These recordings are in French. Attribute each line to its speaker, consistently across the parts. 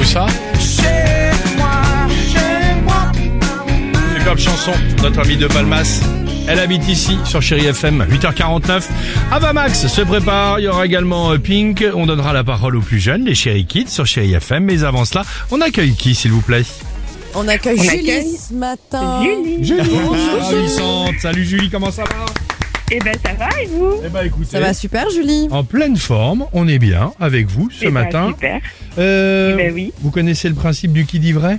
Speaker 1: Où ça Superbe chanson, notre amie de Palmas. Elle habite ici, sur Chéri FM, 8h49. Avamax se prépare, il y aura également euh, Pink. On donnera la parole aux plus jeunes, les Chéri Kids, sur Chéri FM. Mais avant cela, on accueille qui, s'il vous plaît
Speaker 2: On accueille
Speaker 3: On
Speaker 2: Julie
Speaker 3: accueille
Speaker 2: ce matin.
Speaker 1: Julie Ravissante. Salut Julie, comment ça va
Speaker 3: Eh ben ça va et vous
Speaker 1: Eh ben écoutez,
Speaker 2: Ça va super, Julie
Speaker 1: en pleine forme, on est bien avec vous ce
Speaker 3: Eh ben,
Speaker 1: matin.
Speaker 3: Super.
Speaker 1: Euh,
Speaker 3: Eh ben oui,
Speaker 1: Vous connaissez le principe du qui dit vrai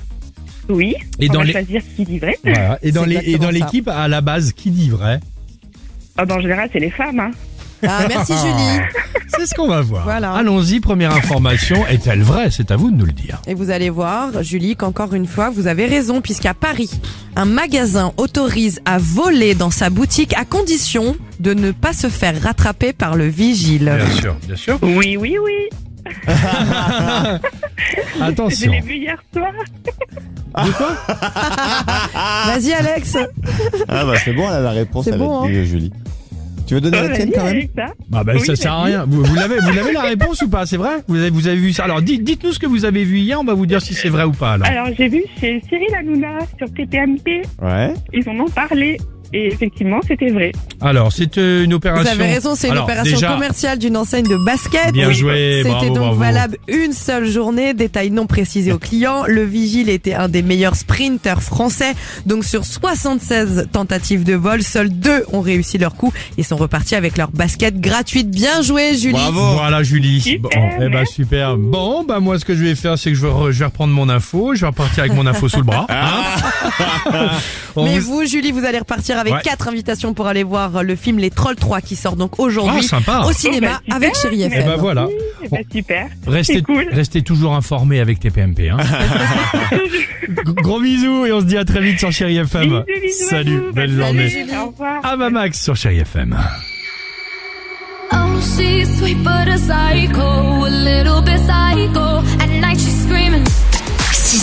Speaker 3: oui.
Speaker 1: Et
Speaker 3: on
Speaker 1: dans
Speaker 3: va
Speaker 1: les-
Speaker 3: choisir qui dit vrai.
Speaker 1: Voilà. Et dans
Speaker 2: C'est
Speaker 1: les- et dans
Speaker 2: exactement ça.
Speaker 1: l'équipe, à la base, qui dit vrai
Speaker 3: Ah ben, en général, c'est les femmes. Hein.
Speaker 2: Ah, merci, Julie.
Speaker 1: C'est ce qu'on va voir.
Speaker 2: Voilà.
Speaker 1: Allons-y, première information. Est-elle vraie C'est à vous de nous le dire.
Speaker 2: Et vous allez voir, Julie, qu'encore une fois, vous avez raison, puisqu'à Paris, un magasin autorise à voler dans sa boutique à condition de ne pas se faire rattraper par le vigile.
Speaker 1: Bien sûr, bien sûr.
Speaker 3: Oui, oui, oui. Je
Speaker 1: Attention.
Speaker 3: l'ai vu hier soir.
Speaker 2: Vas-y, Alex.
Speaker 4: Ah bah c'est bon, elle a la réponse,
Speaker 2: C'est
Speaker 4: elle
Speaker 2: bon, hein.
Speaker 4: a dit, euh, Julie. Tu veux donner
Speaker 3: Oh,
Speaker 4: la tienne
Speaker 3: vas-y,
Speaker 4: quand même
Speaker 3: avec ça.
Speaker 1: Bah, bah,
Speaker 3: Oui,
Speaker 1: ça sert à
Speaker 3: vas-y.
Speaker 1: rien. Vous, vous l'avez, vous l'avez la réponse ou pas C'est vrai vous avez, vous avez vu ça Alors, dites, dites-nous ce que vous avez vu hier. On va vous dire si c'est vrai ou pas. Alors.
Speaker 3: Alors j'ai vu chez Cyril Hanouna sur TPMP,
Speaker 4: Ouais.
Speaker 3: ils en ont parlé. Et effectivement, c'était vrai.
Speaker 1: Alors, c'est euh, une
Speaker 2: Vous
Speaker 1: opération.
Speaker 2: avez raison, c'est une
Speaker 1: Alors,
Speaker 2: opération
Speaker 1: déjà,
Speaker 2: commerciale d'une enseigne de basket.
Speaker 1: Bien joué,
Speaker 2: C'était
Speaker 1: bravo,
Speaker 2: donc
Speaker 1: bravo.
Speaker 2: valable une seule journée, détail non précisé au client. Le vigile était un des meilleurs sprinters français. Donc sur 76 tentatives de vol, seuls deux ont réussi leur coup et sont repartis avec leur basket gratuite. Bien joué, Julie.
Speaker 1: Voilà Julie.
Speaker 3: Super,
Speaker 1: Bon, eh ben super. Bon, bah moi ce que je vais faire, c'est que je vais, re- je vais reprendre mon info. Je vais repartir avec mon info sous le bras. hein. On
Speaker 2: Mais
Speaker 1: vous-
Speaker 2: vous, Julie, vous allez repartir avec
Speaker 1: Ouais.
Speaker 2: quatre invitations pour aller voir le film Les Trolls 3 qui sort donc
Speaker 1: Ah,
Speaker 2: aujourd'hui
Speaker 1: sympa.
Speaker 2: au cinéma
Speaker 3: Oh, bah, super.
Speaker 2: avec Chéri
Speaker 3: Eh
Speaker 1: Eh
Speaker 2: FM.
Speaker 1: ben voilà.
Speaker 3: Eh
Speaker 1: Bon.
Speaker 3: ben, super.
Speaker 1: Restez,
Speaker 3: C'est cool.
Speaker 1: restez toujours informés avec TPMP. Hein. G- Gros bisous et on se dit à très vite sur Chéri
Speaker 3: Bisous,
Speaker 1: FM.
Speaker 3: bisous à
Speaker 1: Salut,
Speaker 3: vous.
Speaker 1: belle
Speaker 3: Bonne
Speaker 1: journée.
Speaker 2: Julie.
Speaker 3: Au revoir.
Speaker 1: À ma max sur Chéri FM.
Speaker 5: Oh, she's sweet but a psycho, a little bit psycho. At night she's screaming.